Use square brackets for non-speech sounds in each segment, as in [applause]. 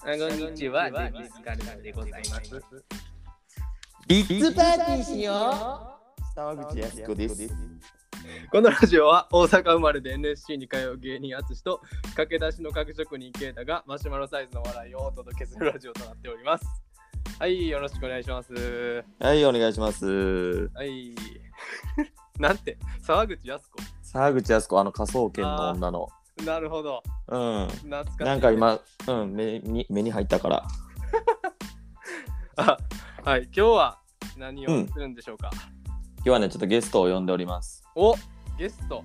こんにちは、ディスカルダでございます。ビッツパーティーしよう沢口靖子です。このラジオは大阪生まれで NSC に通う芸人アツシと駆け出しの家具職人ケイタがマシュマロサイズの笑いをお届けするラジオとなっております。はい、よろしくお願いします。はい、お願いします。はい。 [laughs] なんて、沢口靖沢口靖子、あの科捜研の女の。子。なるほど。うん。懐かしい、なんか。今、うん、目に目に入ったから。 [laughs] あはい、今日は何をするんでしょうか。今日はね、ちょっとゲストを呼んでおります。おゲスト。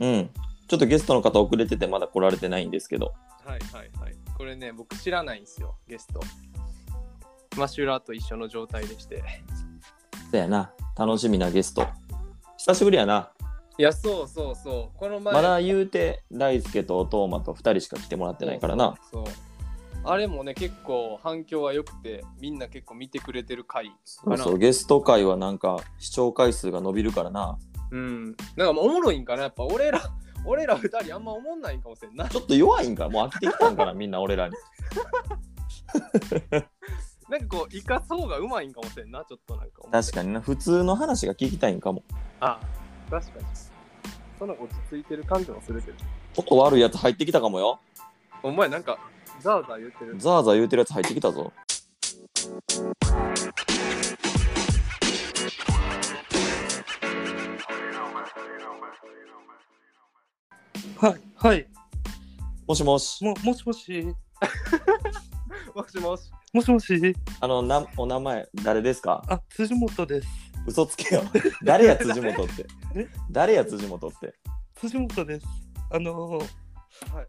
うん。ちょっとゲストの方遅れててまだ来られてないんですけど。はいはいはい。これね、僕知らないんですよ、ゲスト。マシュラーと一緒の状態でして。そやな。楽しみなゲスト。久しぶりやな。いや、そうそうそう。この前。まだ言うて、大輔とトーマと2人しか来てもらってないからな。そう。あれもね、結構反響は良くて、みんな結構見てくれてる回かそうな。そう、ゲスト会はなんか視聴回数が伸びるからな。うん。なんかもうおもろいんかな、やっぱ俺ら、 [laughs] 俺ら二人あんまおもんないんかもしれんな。ちょっと弱いんかもう飽きてきたんかな、みんな俺らに。なんかこう、生かそうがうまいんかもしれんな、ちょっとなんか。確かにな普通の話が聞きたいんかもあ確かに。その落ち着いてる感じもするけど。音悪いやつ入ってきたかもよお前なんか、ザーザー言ってる。ザーザー言うてるやつ入ってきたぞはい、はい、もしもしも、もしもしもし、もし。 [laughs] もしもし、あのなお名前誰ですかあ、辻元です。嘘つけよ [laughs] 誰や辻元ってえ誰や辻元って辻元です。あのー、はい。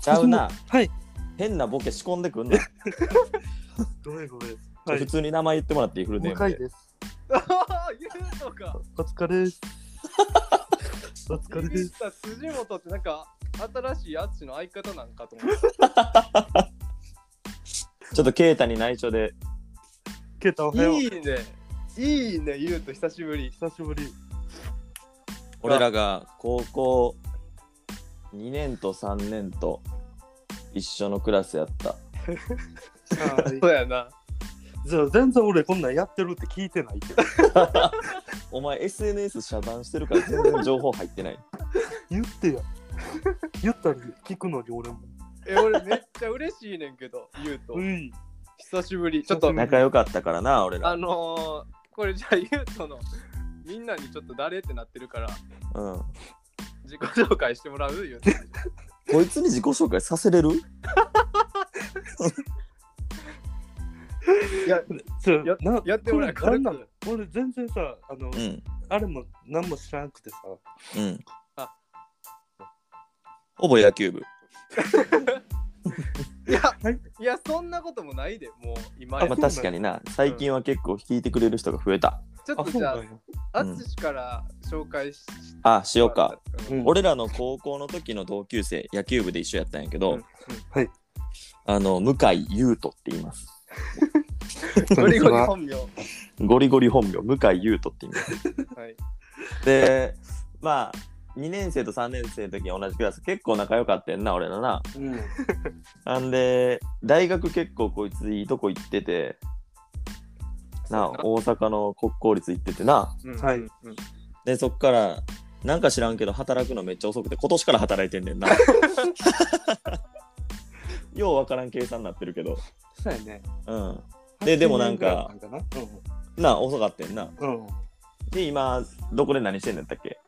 ちゃうなはい、変なボケ仕込んでくんな、ごめんごめん。は普い、通に名前言ってもらっていいフルネー若ムいでです。ああ、言うのか。お疲 [laughs] れです。お疲れです。さ辻元ってなんか新しいやつの相方なんかと思ってちょっと啓太に内緒でケイタ、おはたよう。いいねいいねゆうと久しぶり久し [laughs] ぶり。俺らが高校2年と3年と一緒のクラスやったはいそうやなじゃあ、全然俺こんなんやってるって聞いてない [laughs] けど。お前 SNS 遮断してるから全然情報入ってない言ってや。言ったり聞くのに俺も。え俺めっちゃ嬉しいねんけどゆうとうん。久しぶりちょっと仲良かったからな俺らあのー、これじゃあゆうとのみんなにちょっと誰ってなってるからうん自己紹介してもらうゆうとこいつに自己紹介させれるいやじゃあやなやってもらえこれなんなの俺全然さ、あうの、んあれも何も知らなくてさ。うんあほぼ野球部いや、いい、やそんなこともないでもう今まやあそうなんや確かにな最近は結構聞いてくれる人が増えた、ちょっあ、とそうじゃなんや。あうん淳から紹介しあしようかうん俺らの高校の時の同級生野球部で一緒やったんやけど、うんはいあの向井優斗って言いますゴリゴリ本名ゴリゴリ本名向井優斗って言いますはいでまあ2年生と3年生の時に同じクラス結構仲良かったんな俺らなうん。なんで大学結構こいついいとこ行っててなそうやなあ大阪の国公立行っててなうんはいうんうんでそっからなんか知らんけど働くのめっちゃ遅くて今年から働いてんねんな [laughs] ようわからん計算になってるけどそうやね。うんででもなんか8年ぐらいなんかなあ遅かったんななうん。うん。で今どこで何してんねんだったっけ、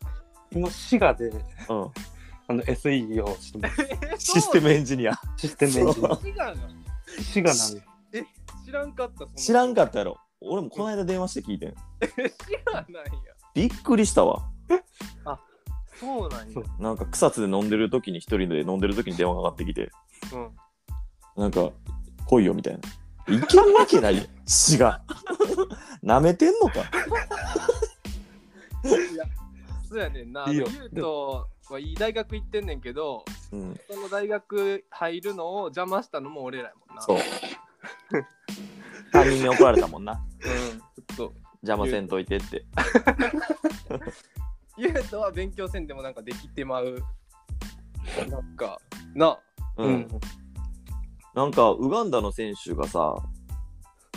今、滋賀でうん、あの SE をしてますシステムエンジニアシステムエンジ違うニなア。滋賀なんです。え知らんかったそ知らんかかったやろ俺もこの間電話して聞いてんった [laughs] 知らないやびっくりしたわそうなんやそうなんか草津で飲んでる時に一人で飲んでる時に電話がかかってきてうんなんか、来いよみたいな。いけるわけないよ。死が。なめてんのか。そうやねんなあのいいゆようとはいい大学行ってんねんけどうん。その大学入るのを邪魔したのも俺らやもんな [laughs] そう。他人に怒られたもんな。うんちょっと邪魔せんといてって。ゆうとは勉強せんでもなんかできてまうなんかなうんなんかウガンダの選手がさ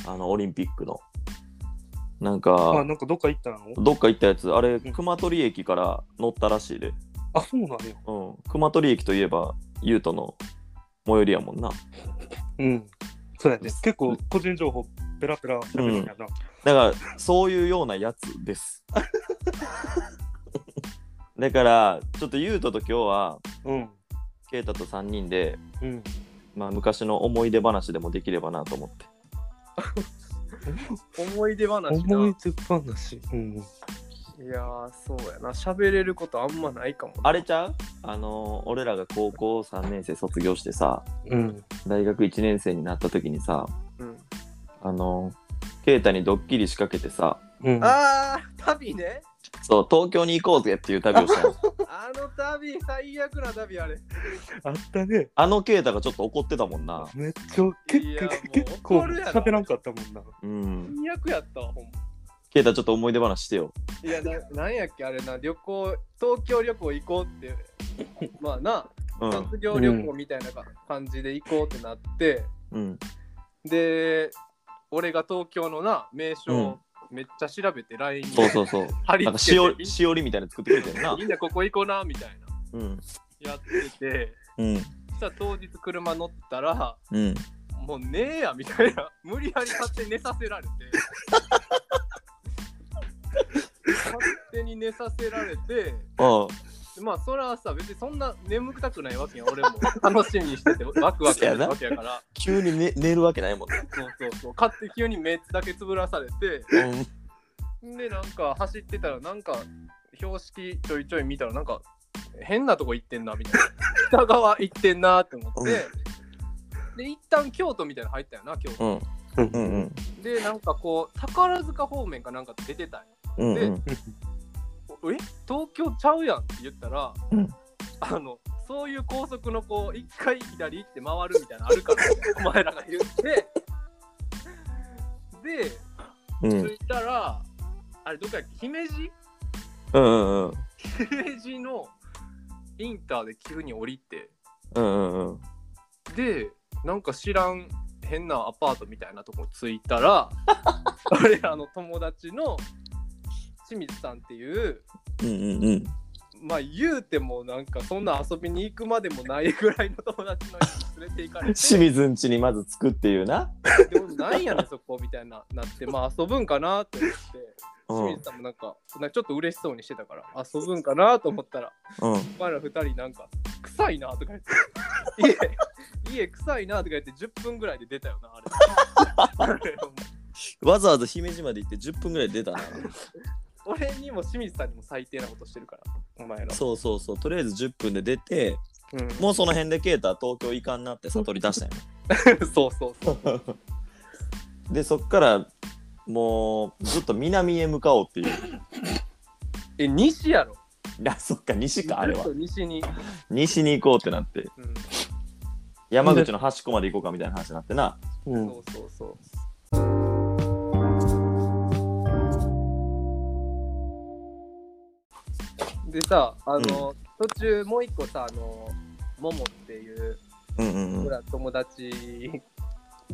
あのオリンピックのなんあ、かなんかどっか行ったのどっか行ったやつあれん熊取駅から乗ったらしいで、あ、そうなのよ。うん、熊取駅といえば雄斗の最寄りやもんなうん。そうやね。結構個人情報ペラペラ喋るんやな。だからそういうようなやつ [laughs] です。だからちょっと優斗と今日はうん。啓太と3人で、うん。まあ、昔の思い出話でもできればなと思って思い出話な思い出話。うん。いやーそうやな喋れることあんまないかもあれちゃうあのー俺らが高校3年生卒業してさうん。大学1年生になった時にさうんあのー啓太にドッキリ仕掛けてさうん。あー旅ねそう東京に行こうぜっていう旅 [laughs] をしたのあの旅最悪な旅あれあったね。あの啓太がちょっと怒ってたもんなめっちゃい結やも構う結構怒るやろ喋らんかったもんな。うん最悪やったわほんま啓太ちょっと思い出話してよいやななんやっけあれな旅行東京旅行行こうってまあなうん卒業旅行みたいなか感じで行こうってなって、うんで俺が東京のな名所めっちゃ調べて LINE にそうそうそう貼りなんか付しおけてしおりみたいなの作ってくれてんなみ。んなここ行こうなみたいなうん。やっててうん。そしたら当日車乗ったらうん。もうねえやみたいな [laughs] 無理やり勝手に寝させられて勝手に寝させられてああ。でまあそらさ別にそんな眠くたくないわけやん俺も楽しみにしててワクワクしてるわけやから急に、ね、寝るわけないもんね。そうそうそう勝手に急に目だけつぶらされてうん。でなんか走ってたらなんか標識ちょいちょい見たらなんか変なとこ行ってんなみたいな [laughs] 北側行ってんなって思って、で一旦京都みたいなの入ったよな京都うん。ううん。う。ん。でなんかこう宝塚方面かなんか出てたんようん。でおえ東京ちゃうやんって言ったら、うんあのそういう高速のこう一回左行って回るみたいなのあるからお前らが言ってでうん。うん。着いたら、あれどこやっけ姫路 [laughs] うん。うん。姫路のインターで急に降りてうん。うん。でなんか知らん変なアパートみたいなとこ着いた [laughs] ら俺らの友達の清水さんっていううん。うん。まあ言うてもなんかそんな遊びに行くまでもないぐらいの友達の家に連れて行 [laughs] かれて清水んちにまず着くっていうな。でもなんやねんそこみたいななってまあ遊ぶんかなと思ってうん。う清水さんもなんかなんかちょっと嬉しそうにしてたから遊ぶんかなと思ったらん。お前ら二人なんか臭いなとか言って家家臭いなとか言って10分ぐらいで出たよなあれあれほんまわざわざ姫路まで行って10分ぐらい出たな。俺にも清水さんにも最低なことしてるからお前らそうそうそう。とりあえず10分で出て、うん、もうその辺でケイタは東京行かんなって悟り出したんや [laughs] そうそうそうな。で、そっから、もうずっと南へ向かおうっていう。え西やろあ、そっか、西か、あれはずっ。と西に、西に行こうってなって。うん、山口の端っこまで行こうかみたいな話になってな。うそん。うそうそうでさあの、途中もう一個さあのももっていううんうん僕ら友達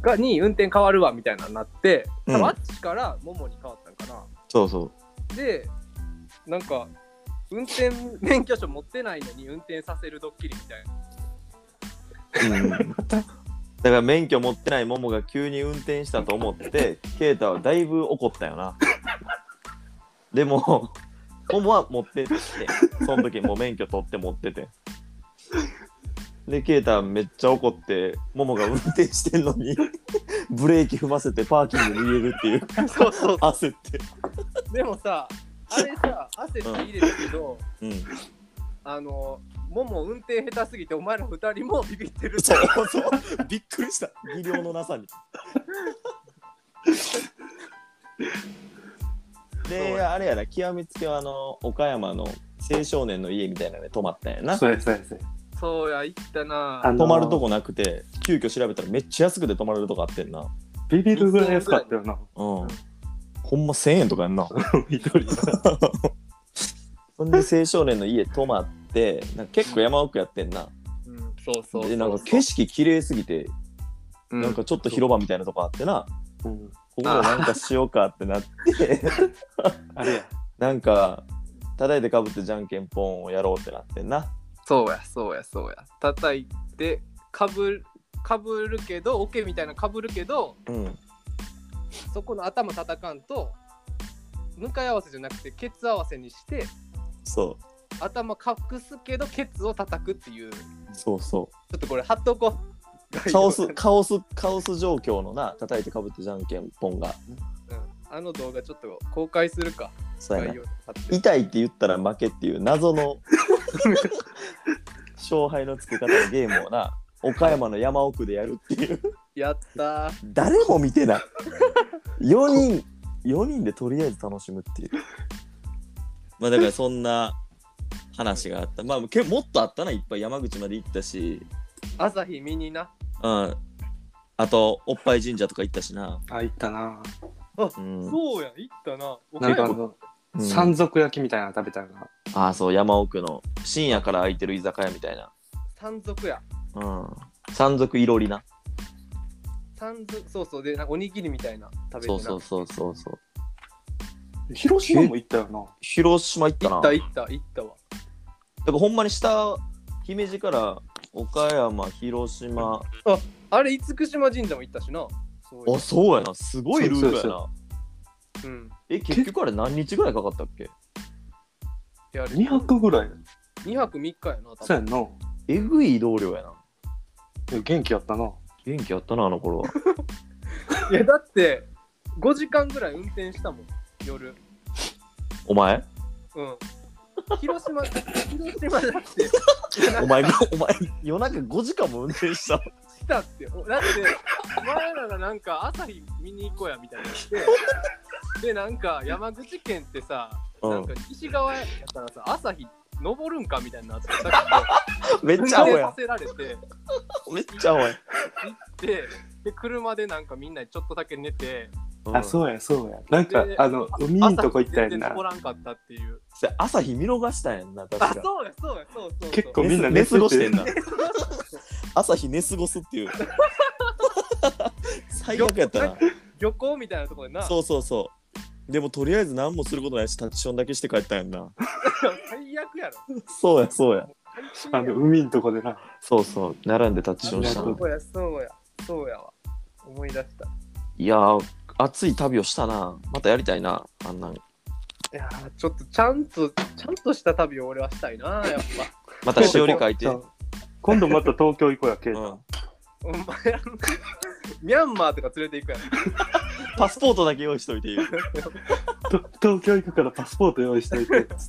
がに運転変わるわみたいなのになって、うん多分あっちからももに変わったんかなそうそう。でなんか運転免許証持ってないのに運転させるドッキリみたいなだから免許持ってないモモが急に運転したと思って、ケイタはだいぶ怒ったよな。でも、モモは持ってって、その時もう免許取って持ってて。で、ケイタはめっちゃ怒って、モモが運転してんのに、ブレーキ踏ませてパーキングに入れるっていう、そうそう焦って。でもさあれさ焦っていいですけど、うん。あのもも運転下手すぎてお前ら二人もビビってるってそうそう。びっくりした。技量のなさに。そう [laughs] で、あれやな、極めつけはあの、岡山の青少年の家みたいなので泊まったんやな。泊そうやそうやそうや。そうや言ったなあのまるとこなくて、急遽調べたらめっちゃ安くて泊まれるとこあってんな。うん。ビビるぐらい安かったよな。ほんま1000円とかやんな。一人で。ほんで、青少年の家泊まって、なんか結構山奥やってんな。うんそうそうそうでなんか景色綺麗すぎて、うんなんかちょっと広場みたいなとこあってなうん、ここもなんかしようかってなってあれや。 [laughs] なんか叩いてかぶってじゃんけんぽんをやろうってなってんなそうやそうやそうや叩いてかぶるかぶるけどオケみたいなかぶるけどうんそこの頭叩かんと向かい合わせじゃなくてケツ合わせにしてそ頭隠すけどケツを叩くっていうちうそうそょっとこれ貼っとこううカオスカオスカオス状況のな叩いてかぶってじゃんけんぽんがうんあの動画ちょっと公開するかそうやな概要に貼って痛いって言ったら負けっていう謎 [laughs] の勝敗のつけ方のゲームをな岡山の山奥でやるっていうやったー誰も見てない4人4人でとりあえず楽しむっていうまあだからそんな話があったまあけもっとあったないっぱい山口まで行ったし、朝日見になうん、あとおっぱい神社とか行ったしな、あ、行ったな。うんそうや行ったな岡なんかあ山の、うん山賊焼きみたいなの食べたよな。ああそう山奥の深夜から空いてる居酒屋みたいな、山賊やうん、山賊いろりな山賊そうそうでなんかおにぎりみたいな食べてなそうそうそうそうそう広島も行ったよな。広島行った行なっただか行った行ったわらほんまに下姫路から岡山広島あれ厳島神社も行ったしなそういあうそうやなすごいルートやなそうそううんえ結局あれ何日ぐらいかかったっけいやあれ2泊ぐらい。 2泊3日やな多そう分やんな。えぐい移動量やなでも元気やったな。元気やったなあの頃はいやだって5時間ぐらい運転したもん夜お前うん広島広島だってお [laughs] 前がお前夜中5時間も運転したしたっておだってお前らがなんか朝日見に行こうやみたいにしてでなんか山口県ってさ、うんなんか西側やからさ朝日登るんかみたいになってさめっっきちゃ青さやせられてめっちゃ青や、行ってで車でなんかみんなちょっとだけ寝てうん、あ、うそうや、そうや。なんかで、あの、海んとこ行った朝日全やん然な。登らんかったっていう朝日見逃したやんな確あかそうやそうやそうそう結構寝すみんな寝寝過過ごごししててんんな [laughs] 朝日寝過ごすっていう [laughs] 最悪やったな漁港みたいなところでなそうそうそう。でもとりあえず何もすることないし、タッチションだけして帰ったんやんな。最悪やろそうや、そうや。最あ悪やの、ろ海んとこでな。そうそう、並んでタッチションしたその。うやそうやそうやわ思い出したいやー、熱い旅をしたな。またやりたいな、あんなん。いやーちょっとちゃんとちゃんとした旅を俺はしたいなやっまたしおり書いて。そうう。今度また東京行こうや、ケイタん、ぱお前らのミャンマーとか連れて行くやパスポートだけ用意しといて [laughs] いい。と東京行くからパスポート用意しておいて。ろいやー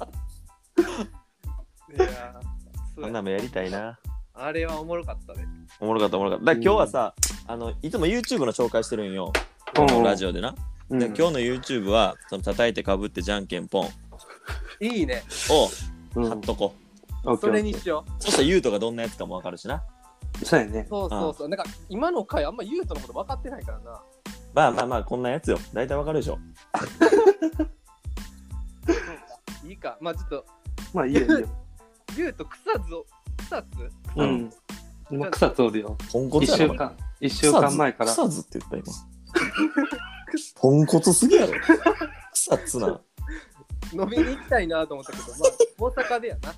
そうんあやなもやりたいな。あれはおもろかったねおもろかった、おもろかった。だから今日はさ、あのいつも YouTube の紹介してるんよ。 [laughs] このラジオでな。うんで今日の YouTube は、その叩いてかぶってじゃんけんぽんをいいねうん貼っとこう。オッケそーれにしようそしたらユウトがどんなやつかもわかるしな。そうやね。そうそうそうなんか今の回あんまユウトのこと分かってないからなまあまあまあ、こんなやつよ。大体わかるでしょ。いいかまあちょっとまあいいよいいよ。ユウト草津を草津う [laughs] うんん。今草津おるよ。ポンコ一ツや週ろ。間、一週間前から。草津草津って言った今 [laughs] ポンコツすぎやろ [laughs] 草津な飲みに行きたいなと思ったけどまあ大阪でやな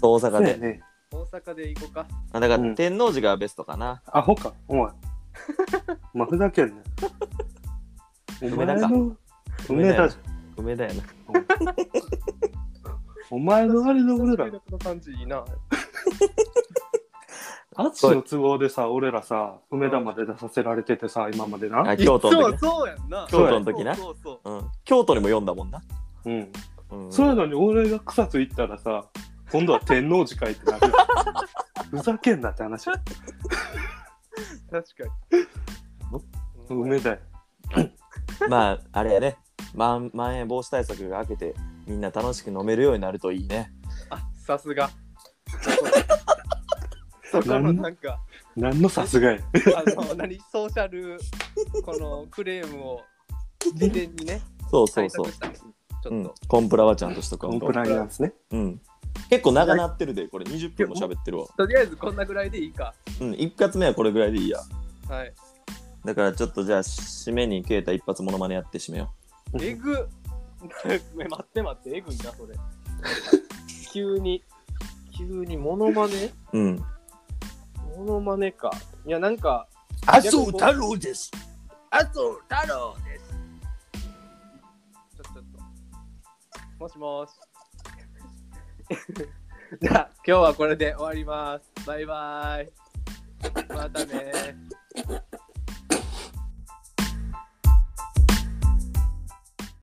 そう大阪そうで、やね。大阪で行こうかあだから、うん天王寺がベストかなアホか、[laughs] お前。まあふざけんな、ね。お梅田前かの、梅梅田やな田じゃん梅田やなお前のあれで俺ら、この感じいいなあっちの都合でさ、俺らさ、梅田まで出させられててさ、今までな。あ [laughs] 京都の時そうそうやねんな京都の時なそうそうそううん、京都にも読んだもんな、うん。うん、そういうのに俺が草津行ったらさ、今度は天王寺会ってなる。 [laughs] ふざけんなって話。確かに。梅田や。まああれやねまんまん延防止対策が明けてみんな楽しく飲めるようになるといいねあさす [laughs] が。そこのなんか、何のさす [laughs] がや。あの、何、ソーシャル、このクレームを事前にね、そうそ対 [laughs] うそ策うしたんですちうょっん、コンプラはちゃんとしとくコンプライアンスね。うん結構長なってるで、これ20分も喋ってるわ。とりあえずこんなぐらいでいいか。うん、一発目はこれぐらいでいいや。はい。だからちょっとじゃあ、締めにケータ一発モノマネやって締めよえぐ。 [laughs] 待って待って、えぐいな、 [laughs] それ。急に、急にモノマネう。うん。モノマネか。いや、なんか、麻生太郎です。麻生太郎です。ちょっとちょっと。もしもし。 [laughs] じゃあ、今日はこれで終わります。バイバイ。またねー。